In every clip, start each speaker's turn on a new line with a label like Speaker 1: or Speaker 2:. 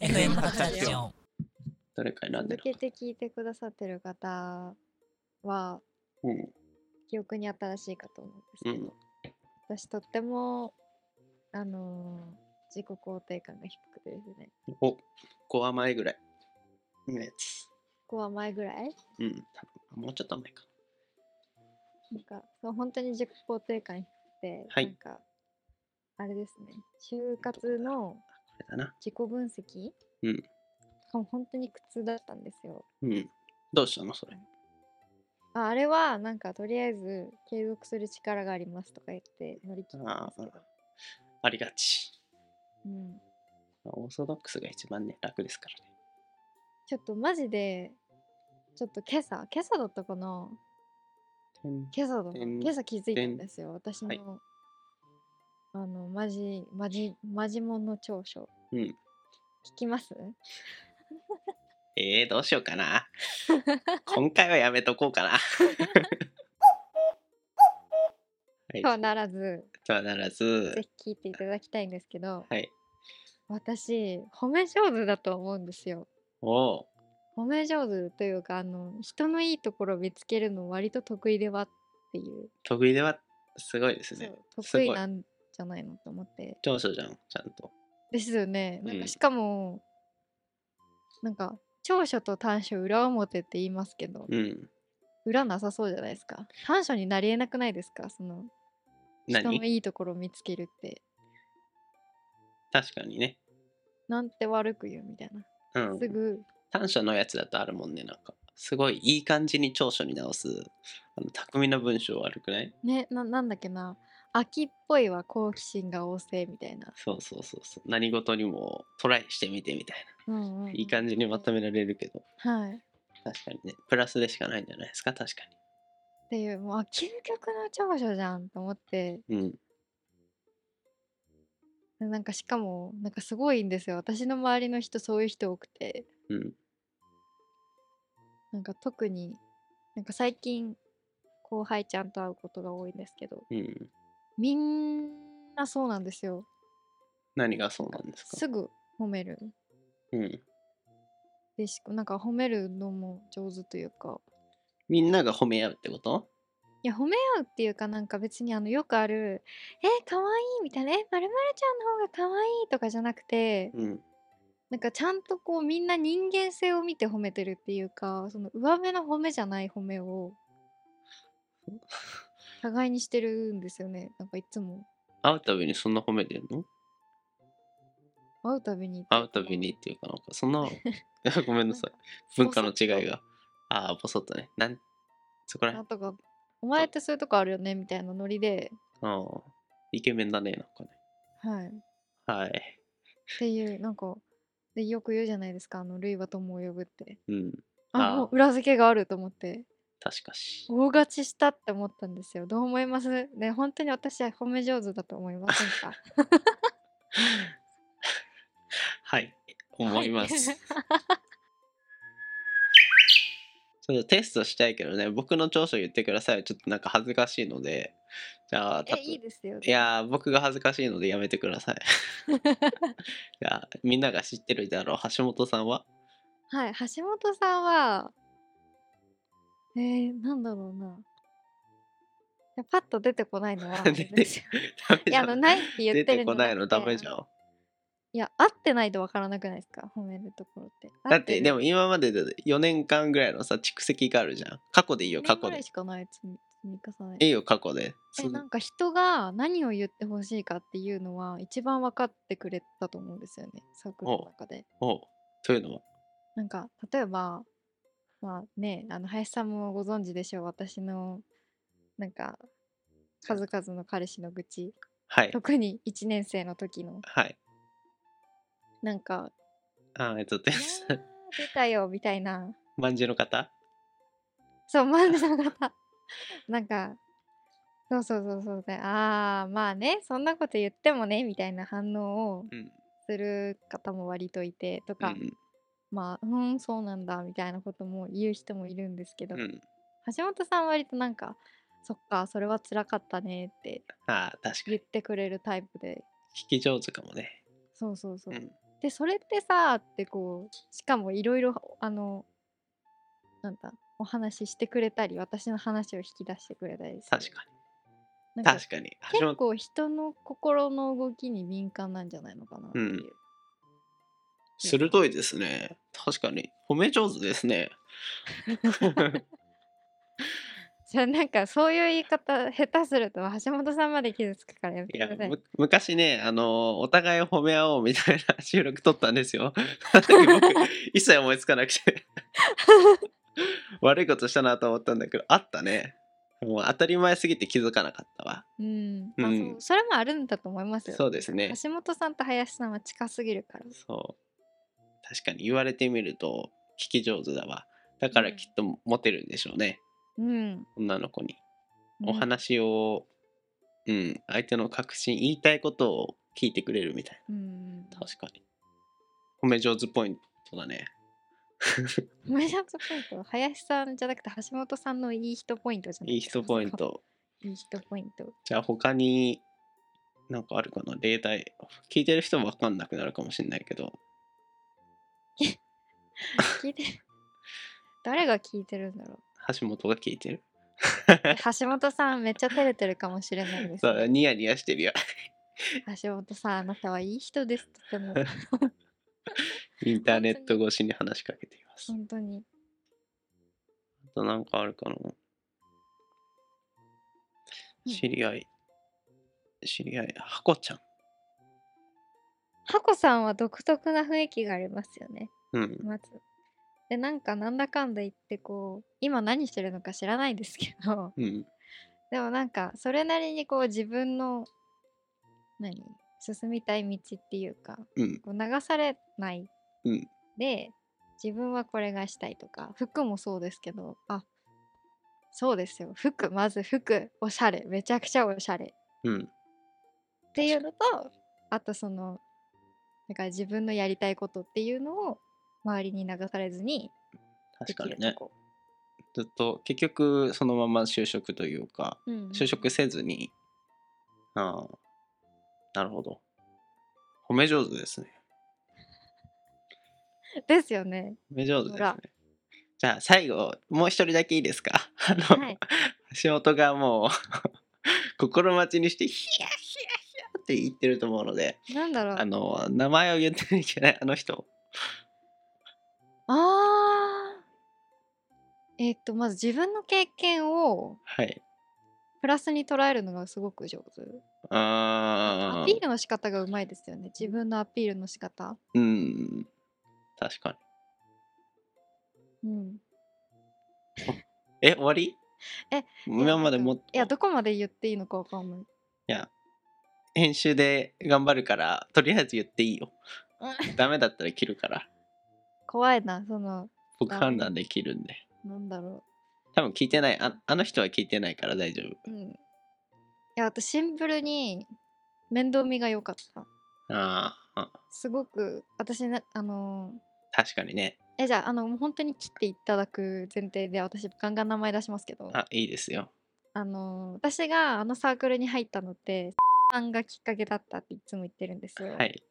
Speaker 1: の円の形を。
Speaker 2: どれか選んで
Speaker 3: 続け
Speaker 2: る。
Speaker 3: て聞いてくださってる方は
Speaker 2: うん。
Speaker 3: 記憶に新しいかと思うんです
Speaker 2: う
Speaker 3: けど、
Speaker 2: ん。
Speaker 3: 私とってもあのー自己肯定感が低くてですね
Speaker 2: お、5は前ぐらい。のやつ。
Speaker 3: 5は前ぐらい
Speaker 2: うん。多分もうちょっと前か。
Speaker 3: なんかそう本当に自己肯定感低くて、
Speaker 2: はい
Speaker 3: なんかあれですね就活の
Speaker 2: これだな。
Speaker 3: 自己分析
Speaker 2: うん
Speaker 3: しかも本当に苦痛だったんですよ
Speaker 2: うん。どうしたのそれ。
Speaker 3: ああれはなんかとりあえず継続する力がありますとか言って乗り切ったん
Speaker 2: あ
Speaker 3: ですけ
Speaker 2: あ
Speaker 3: ど、
Speaker 2: ありがち。
Speaker 3: うん、
Speaker 2: オーソドックスが一番ね、楽ですからね。
Speaker 3: ちょっとマジでちょっと今朝今朝だったかな
Speaker 2: てん
Speaker 3: 今朝だな
Speaker 2: てん
Speaker 3: 今朝気づいた
Speaker 2: てん
Speaker 3: んですよ私の、
Speaker 2: はい
Speaker 3: あのマジマジマジモンの長所
Speaker 2: うん。
Speaker 3: 聞きます
Speaker 2: えー、どうしようかな。今回はやめとこ うかな。はい、
Speaker 3: とはならず
Speaker 2: とはならず
Speaker 3: ぜ、ひ聞いていただきたいんですけど
Speaker 2: はい。
Speaker 3: 私褒め上手だと思うんですよ
Speaker 2: おう
Speaker 3: 褒め上手というかあの人のいいところを見つけるの割と得意ではっていう
Speaker 2: 得意ではすごいですね。
Speaker 3: そう
Speaker 2: す
Speaker 3: 得
Speaker 2: ご
Speaker 3: 意
Speaker 2: い。
Speaker 3: なんじゃないのと思って
Speaker 2: 長所じゃん、ちゃんと。
Speaker 3: ですよね
Speaker 2: うん
Speaker 3: なんかしかも、なんか長所と短所裏表って言いますけど、
Speaker 2: うん。
Speaker 3: 裏なさそうじゃないですか短所になりえなくないですかその人
Speaker 2: 何
Speaker 3: のいいところを見つけるって
Speaker 2: 確かにね。
Speaker 3: なんて悪く言うみたいな、
Speaker 2: うん
Speaker 3: す。ぐ
Speaker 2: 短所のやつだとあるもんね、なんか。すごいいい感じに長所に直す。あの巧みな文章悪くない
Speaker 3: ねななんだっけな秋っぽいは好奇心が旺盛みたいな、
Speaker 2: そうそうそうそう。何事にもトライしてみてみたい
Speaker 3: うんうんう
Speaker 2: な。
Speaker 3: ん
Speaker 2: いい感じにまとめられるけど、
Speaker 3: はいっ
Speaker 2: 確かにね。プラスでしかないんじゃないですか、確か
Speaker 3: ていうもうあ究極の長所じゃんと思って
Speaker 2: に。うん。
Speaker 3: なんかしかもなんかすごいんですよ私の周りの人そういう人多くて
Speaker 2: うん。
Speaker 3: なんか特になんか最近後輩ちゃんと会うことが多いんですけど
Speaker 2: うん。
Speaker 3: みんなそうなんですよ
Speaker 2: 何がそうなんですか
Speaker 3: すぐ褒める
Speaker 2: うん。
Speaker 3: でしなんか褒めるのも上手というか
Speaker 2: みんなが褒め合うってこと
Speaker 3: いや褒め合うっていうかなんか別にあのよくある「え可愛いみたいな「えまるちゃんの方が可愛いとかじゃなくて
Speaker 2: うん。
Speaker 3: なんかちゃんとこうみんな人間性を見て褒めてるっていうかその上辺の褒めじゃない褒め を互いにしてるんですよねなんかいつも
Speaker 2: 会うたびにそんな褒めてるの
Speaker 3: 会うたびに
Speaker 2: 会うたびにっていうかなんかそんなごめんなさい文化の違いがああぼそっとねなんそこらへん
Speaker 3: なんとか「お前ってそういうとこあるよね」みたいなノリで
Speaker 2: ああイケメンだねなんかね
Speaker 3: はいっ
Speaker 2: はい
Speaker 3: ていうなんかでよく言うじゃないですかあの「類は友を呼ぶ」って
Speaker 2: うんあ
Speaker 3: あ
Speaker 2: ー
Speaker 3: もう裏付けがあると思って
Speaker 2: 確かし
Speaker 3: 大勝ちしたって思ったんですよどう思いますね本当に私は褒め上手だと思いませんか
Speaker 2: はい 思います、
Speaker 3: はい
Speaker 2: ちょっとテストしたいけどね僕の長所言ってくださいちょっとなんか恥ずかしいのでじゃあ
Speaker 3: え
Speaker 2: た
Speaker 3: いいですよ
Speaker 2: いやー僕が恥ずかしいのでやめてく ださいじゃあみんなが知ってるだろう橋本さんは
Speaker 3: はい、橋本さんは、えー、なんだろうな。いやパッと出てこないのはあれですよ。
Speaker 2: ダメ
Speaker 3: い
Speaker 2: じ
Speaker 3: や、
Speaker 2: ゃ
Speaker 3: あ
Speaker 2: ん
Speaker 3: の、ないって言
Speaker 2: 出
Speaker 3: ってる
Speaker 2: て
Speaker 3: んじ
Speaker 2: こ
Speaker 3: ゃ
Speaker 2: ない
Speaker 3: く
Speaker 2: の
Speaker 3: て
Speaker 2: ダメじゃん
Speaker 3: いや、合ってないとわからなくないですか褒めるところって。
Speaker 2: だってで
Speaker 3: も、
Speaker 2: も今までで4年間ぐらいのさ蓄積があるじゃん過去でいいよ
Speaker 3: 過
Speaker 2: 過
Speaker 3: 去
Speaker 2: 去で
Speaker 3: で。しかない積み積み重ね。
Speaker 2: いいよ過去で
Speaker 3: え
Speaker 2: そ
Speaker 3: なんか人が何を言ってほしいかっていうのは一番分かってくれたと思うんですよね、サークルの中で。
Speaker 2: おうというのは
Speaker 3: なんか例えばまあねあの林さんもご存知でしょう私のなんか数々の彼氏の愚痴
Speaker 2: はい
Speaker 3: 特に1年生の時の
Speaker 2: はい
Speaker 3: なん か
Speaker 2: あーえっと
Speaker 3: 「
Speaker 2: で
Speaker 3: いや
Speaker 2: す
Speaker 3: ー出たよ」みたいな
Speaker 2: まんじゅうの方
Speaker 3: そうマジの方 なんかそうそうそうそうでああまあねそんなこと言ってもねみたいな反応を
Speaker 2: うん
Speaker 3: する方も割といてと
Speaker 2: う
Speaker 3: か、
Speaker 2: ん
Speaker 3: まあうんそうなんだみたいなことも言う人もいるんですけど、
Speaker 2: うん
Speaker 3: 橋本さんは割となんか「そっかそれは辛かったね」って
Speaker 2: あー確か
Speaker 3: 言
Speaker 2: に
Speaker 3: ってくれるタイプで
Speaker 2: 聞き上手かもね
Speaker 3: そうそうそう、
Speaker 2: う
Speaker 3: っ
Speaker 2: ん
Speaker 3: てでそれってさってこうしかもいろいろあのなんだお話ししてくれたり私の話を引き出してくれたりする
Speaker 2: 確か
Speaker 3: な
Speaker 2: に
Speaker 3: んか
Speaker 2: 確かに橋
Speaker 3: 結
Speaker 2: 本
Speaker 3: 構人の心の動きに敏感なんじゃないのかなっていう、
Speaker 2: うん鋭いですね確かに褒め上手で すね
Speaker 3: じゃあなんかそういう言い方下手すると橋本さんまで傷つくからやめ
Speaker 2: い
Speaker 3: て
Speaker 2: や
Speaker 3: ください
Speaker 2: む昔ねあのお互いを褒め合おうみたいな収録撮ったんですよ あの時僕一切思いつかな くて悪いことしたなと思ったんだけどあったねもう当たり前すぎて気づかなかったわ
Speaker 3: うん、まあそう
Speaker 2: うん
Speaker 3: それもあるんだと思いますよ
Speaker 2: そうですね
Speaker 3: 橋本さんと林さんは近すぎるから
Speaker 2: そう確かに言われてみると聞き上手だわだからきっとモテるんでしょう
Speaker 3: う
Speaker 2: ね、
Speaker 3: ん
Speaker 2: 女の子に
Speaker 3: うん
Speaker 2: お話を、うん、相手の確信言いたいことを聞いてくれるみたい
Speaker 3: うん
Speaker 2: な確かに褒め上手ポイントだ ね
Speaker 3: マイナスポイントは林さんじゃなくて橋本さんのいい人ポイントじゃない
Speaker 2: いい
Speaker 3: ですか
Speaker 2: 人ポイント
Speaker 3: いい人ポイント
Speaker 2: じゃあ他になんかあるかな例題聞いてる人も分かんなくなるかもしれないけど
Speaker 3: 聞いてる誰が聞いてるんだ ろう
Speaker 2: 橋本が聞いてる
Speaker 3: え橋本さんめっちゃ照れてるかもしれないです、
Speaker 2: そう
Speaker 3: ね、
Speaker 2: ニヤニヤしてるよ
Speaker 3: 橋本さんあなたはいい人ですとて も
Speaker 2: インターネット越しに話しかけています
Speaker 3: 本当に
Speaker 2: あとなんかあるかな、
Speaker 3: うん
Speaker 2: 知り合い知り合いハコちゃん
Speaker 3: ハコさんは独特な雰囲気がありますよね
Speaker 2: うん
Speaker 3: まずでなんかなんだかんだ言ってこう今何してるのか知らないですけど
Speaker 2: うん
Speaker 3: でもなんかそれなりにこう自分の何進みたい道っていうか
Speaker 2: うん
Speaker 3: こう流されない
Speaker 2: うん
Speaker 3: で自分はこれがしたいとか服もそうですけどあそうですよ服まず服おしゃれめちゃくちゃおしゃれ
Speaker 2: うん
Speaker 3: っていうのとあとそのなんか自分のやりたいことっていうのを周りに流されずにで
Speaker 2: 確か
Speaker 3: き
Speaker 2: に
Speaker 3: る
Speaker 2: ね
Speaker 3: とこ、
Speaker 2: ずっと結局そのまま就職というか
Speaker 3: うん
Speaker 2: 就職せずにああなるほど褒め上手ですね
Speaker 3: ですよ ね
Speaker 2: 褒め上手です
Speaker 3: ほ
Speaker 2: ね
Speaker 3: ら
Speaker 2: じゃあ最後もう一人だけいいですかあの、
Speaker 3: はい
Speaker 2: 橋本がもう 心待ちにしてヒヤヒヤヒヤって言ってると思うので
Speaker 3: なんだろう
Speaker 2: あの名前を言ってはいけないあの人
Speaker 3: あーえっとまず自分の経験を
Speaker 2: はい
Speaker 3: プラスに捉えるのがすごく上手
Speaker 2: あ
Speaker 3: ア
Speaker 2: あ
Speaker 3: ピールの仕方がうまいですよね自分のアピールの仕方
Speaker 2: うん確かに
Speaker 3: うん
Speaker 2: え終わり
Speaker 3: え
Speaker 2: 今までもっと
Speaker 3: いやどこまで言っていいのかわかんない
Speaker 2: 編集で頑張るからとりあえず言っていいよ
Speaker 3: う
Speaker 2: ダメだったら切るから
Speaker 3: 怖いなその
Speaker 2: 僕判断できるんで
Speaker 3: なんだろ
Speaker 2: 多分聞いてないああの人は聞いてないから大丈
Speaker 3: ううんいや私シンプルに面倒見が良かった
Speaker 2: 夫あーあ
Speaker 3: すごく私ねあのー
Speaker 2: 確かにね
Speaker 3: えじゃああのもう本当に切っていただく前提で私ガンガン名前出しますけど
Speaker 2: あいいですよ
Speaker 3: あの私があのサークルに入ったのってさんがきっかけだったっていつも言ってるんですよ。
Speaker 2: はい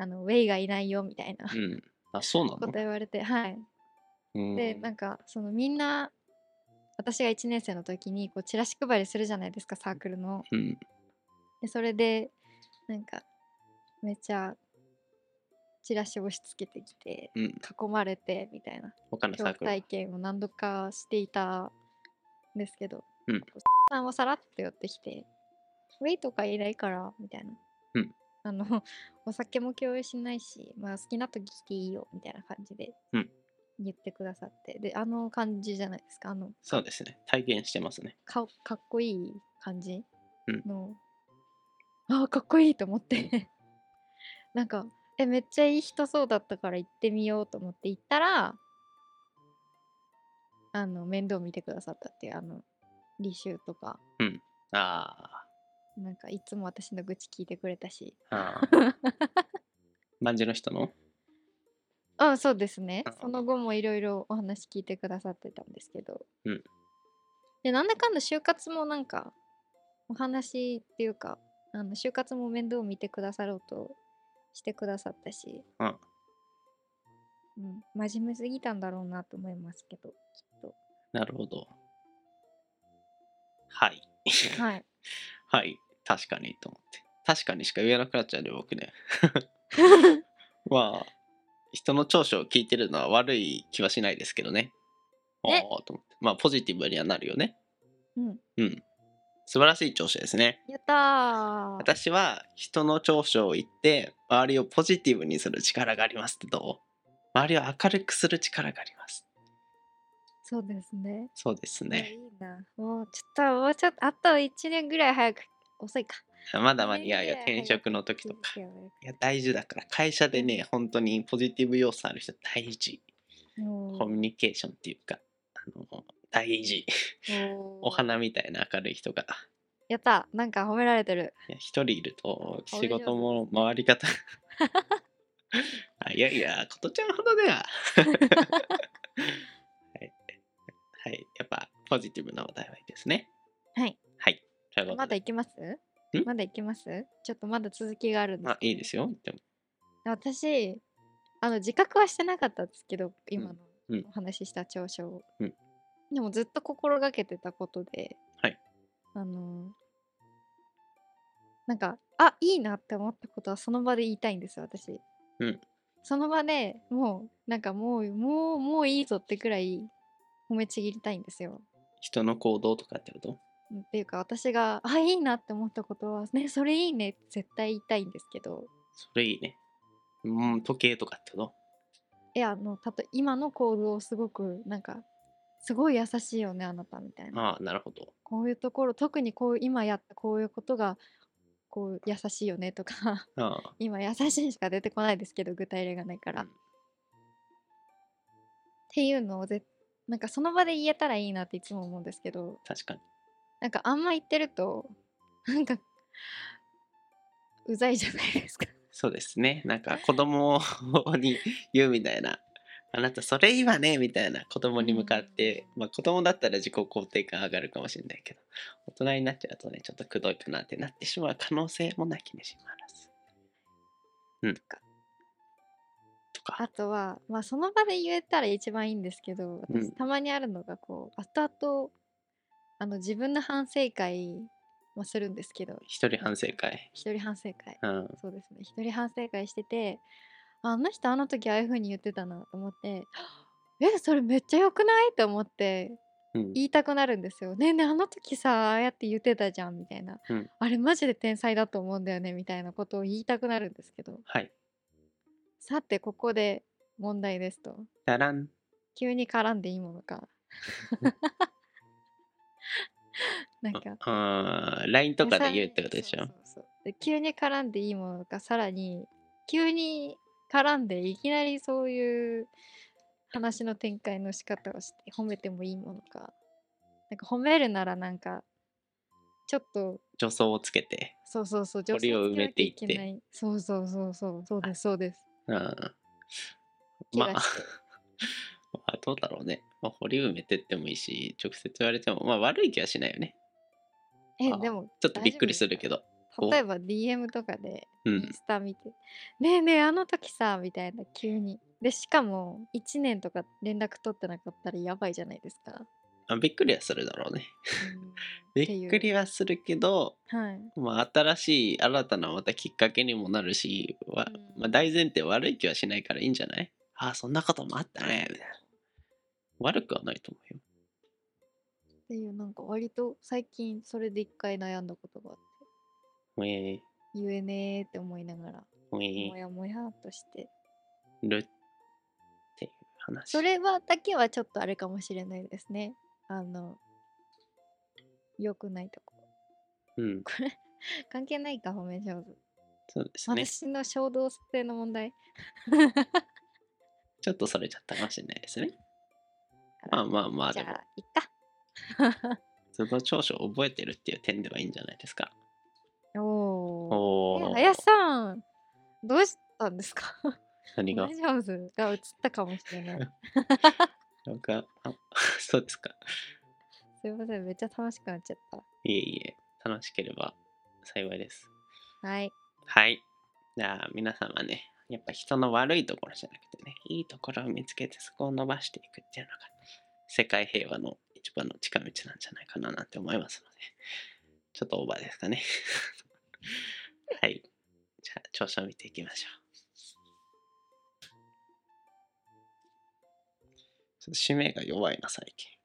Speaker 3: あのウェイがいないよみたい な
Speaker 2: うんあそうな
Speaker 3: こと
Speaker 2: の、
Speaker 3: 言われて、はい。
Speaker 2: うん、
Speaker 3: でなんかそのみんな私が1年生の時にこうチラシ配りするじゃないですかサークルの。
Speaker 2: うん
Speaker 3: でそれでなんかめっちゃチラシ押し付けてきて
Speaker 2: うん
Speaker 3: 囲まれてみたいな
Speaker 2: 他のサ
Speaker 3: 恐怖
Speaker 2: ークル
Speaker 3: 体験を何度かしていたんですけど、
Speaker 2: うん
Speaker 3: さんはさらっと寄ってきて「ウェイとかいないから」みたいな、
Speaker 2: うん
Speaker 3: あの お酒も共有しないし、まあ、好きな時来ていいよみたいな感じで
Speaker 2: うん
Speaker 3: 言ってくださって、であの感じじゃないですかあの
Speaker 2: そうですね体験してますね
Speaker 3: かかっこいい感じ
Speaker 2: うん
Speaker 3: の、ああかっこいいと思って なんかえめっちゃいい人そうだったから行ってみようと思って行ったらあの面倒見てくださったっていうあの履修とか
Speaker 2: あ
Speaker 3: なんかいつも私の愚痴聞いてくれたし
Speaker 2: ーあーまんじの人の
Speaker 3: あそうですね
Speaker 2: うん
Speaker 3: その後もいろいろお話聞いてくださってたんですけど、
Speaker 2: うん
Speaker 3: でなんだかんだ就活もなんかお話っていうかあの就活も面倒を見てくださろうとしてくださったし、
Speaker 2: うん
Speaker 3: うん真面目すぎたんだろうなと思いますけどきっと
Speaker 2: なるほど。はい。
Speaker 3: はい
Speaker 2: はい。確かにと思って。確かにしか言えなくなっちゃうね、僕ね。まあ、人の長所を聞いてるのは悪い気はしないですけどね。お
Speaker 3: ね
Speaker 2: おと思って。まあ、ポジティブにはなるよね。
Speaker 3: うん
Speaker 2: うん。素晴らしい長所ですね。
Speaker 3: やったー
Speaker 2: 私は人の長所を言って、周りをポジティブにする力がありますってどう周りを明るくする力があります。
Speaker 3: そうですね
Speaker 2: そうです
Speaker 3: いや
Speaker 2: ね。
Speaker 3: いいなもうちょっともうちょっとあと1年ぐらい早く遅いか
Speaker 2: まだ間に合うよ。
Speaker 3: ねえ
Speaker 2: 転職の時
Speaker 3: 気
Speaker 2: と
Speaker 3: づ
Speaker 2: か。
Speaker 3: けばよ
Speaker 2: いや大事だから会社でね本当にポジティブ要素ある人大事コミュニケーションっていうかあの大事お
Speaker 3: お
Speaker 2: 花みたいな明るい人が
Speaker 3: やったなんか褒められてる
Speaker 2: いや一人いると
Speaker 3: 顔
Speaker 2: 仕事も回り方あいやいやことちゃんほど でははい、はい、やっぱポジティブな話題はいいですね
Speaker 3: はい
Speaker 2: はいということで
Speaker 3: まだ行きます
Speaker 2: ん
Speaker 3: まだ行きますちょっとまだ続きがあるんです
Speaker 2: あいいですよでも
Speaker 3: 私あの自覚はしてなかったんですけど今の
Speaker 2: うん
Speaker 3: お話しした長所を、
Speaker 2: うん
Speaker 3: でもずっと心がけてたことで、
Speaker 2: はい
Speaker 3: あのなんかあいいなって思ったことはその場で言いたいんですよ私、
Speaker 2: うん
Speaker 3: その場でもうなんかもうもうもういいぞってくらい褒めちぎりたいんですよ
Speaker 2: 人の行動とかってこと
Speaker 3: っていうか私があいいなって思ったことはねそれいいねって絶対言いたいんですけど
Speaker 2: それいいねうん時計とかってこと
Speaker 3: いやあのたと今の行動をすごくなんかすごい優しいよねあなたみたいな
Speaker 2: ああなるほど
Speaker 3: こういうところ特にこう今やったこういうことがこう優しいよねとか
Speaker 2: ああ
Speaker 3: 今優しいしか出てこないですけど具体例がないから、
Speaker 2: うん
Speaker 3: っていうのをぜなんかその場で言えたらいいなっていつも思うんですけど
Speaker 2: 確かに
Speaker 3: なんかあんま言ってるとなんかうざいじゃないですか
Speaker 2: そうですねなんか子供 に言うみたいな「あなたそれいいわね」みたいな子供に向かって、まあ、子供だったら自己肯定感上がるかもしれないけど大人になっちゃうとねちょっとくどいかなってなってしまう可能性もなきにしもあらず。うん、と
Speaker 3: か
Speaker 2: とか
Speaker 3: あとはまあその場で言えたら一番いいんですけど
Speaker 2: うん
Speaker 3: 私たまにあるのがこう後々あの自分の反省会もするんですけど
Speaker 2: 一人反省会。
Speaker 3: 一人反省会
Speaker 2: うん、
Speaker 3: そうですね一人反省会しててああの人あの時ああいう風に言ってたなと思ってえそれめっちゃ良くないと思って
Speaker 2: うん、
Speaker 3: 言いたくなるんですよ。ねえねえあの時さああやって言ってたじゃんみたいな、
Speaker 2: うん
Speaker 3: あれマジで天才だと思うんだよねみたいなことを言いたくなるんですけど
Speaker 2: はい。
Speaker 3: さてここで問題ですと
Speaker 2: だらん。
Speaker 3: 急に絡んでいいもの かなんか
Speaker 2: うん、LINE とかで言うってことでし
Speaker 3: そうそ
Speaker 2: ょ
Speaker 3: う。そうで急に絡んでいいものかさらに急に絡んでいきなりそういう話の展開の仕方をして褒めてもいいものかなんか褒めるならなんかちょっと
Speaker 2: 助走をつけて。
Speaker 3: そうそうそう
Speaker 2: これを埋めていって
Speaker 3: 助走つけなきゃいけないそうそうそうそうそうですそうです
Speaker 2: うん。
Speaker 3: 気
Speaker 2: まあ
Speaker 3: がして、
Speaker 2: まあどうだろうね。まあ、掘り埋めてってもいいし、直接言われても、まあ悪い気はしないよね。
Speaker 3: え
Speaker 2: あー
Speaker 3: でも
Speaker 2: ちょっとびっくりするけど。こう
Speaker 3: 例えば DM とかで
Speaker 2: う
Speaker 3: イ
Speaker 2: ん
Speaker 3: ン。スタ見て「ねえねえあの時さ」みたいな急にでしかも1年とか連絡取ってなかったらやばいじゃないですか、
Speaker 2: あびっくりはするだろうね。びっくりはするけど、
Speaker 3: はい
Speaker 2: まあ新しい、新たなまたきっかけにもなるし、わ
Speaker 3: うん
Speaker 2: まあ、大前提悪い気はしないからいいんじゃないああ、そんなこともあったね。みたいな悪くはないと思うよ。
Speaker 3: っていうなんか割と最近それで一回悩んだことがあって
Speaker 2: うえ
Speaker 3: 言えねえって思いながら
Speaker 2: ー、うえ
Speaker 3: もやもやっとして
Speaker 2: ー、るっていう話。
Speaker 3: それはだけはちょっとあれかもしれないですねあの良くないとこ
Speaker 2: うん、
Speaker 3: これ関係ないか褒め上手
Speaker 2: そうですね。
Speaker 3: 私の衝動性の問題
Speaker 2: ちょっとそれちゃったかもしれないですね。
Speaker 3: あら
Speaker 2: まあまあまあ、
Speaker 3: じ
Speaker 2: で
Speaker 3: ゃ
Speaker 2: も、
Speaker 3: あいっか
Speaker 2: その長所を覚えてるっていう点ではいいんじゃないですか。
Speaker 3: おー
Speaker 2: お
Speaker 3: え
Speaker 2: お、
Speaker 3: 林さん、どうしたんですか
Speaker 2: 何が
Speaker 3: マジャムズが映ったかもしれない。
Speaker 2: なんか、あ そうですか。
Speaker 3: すいません、めっちゃ楽しくなっちゃっ
Speaker 2: いえいえ、楽しければ幸いです。
Speaker 3: た。はい。
Speaker 2: はい。じゃあ皆様ね、やっぱ人の悪いところじゃなくてね、いいところを見つけてそこを伸ばしていくっていうのが世界平和の一番の近道なんじゃないかななんて思いますので、ちょっとオーバーですかね。 はい。じゃあ、調書を見ていきましょう。ちょっと使命が弱いな、最近。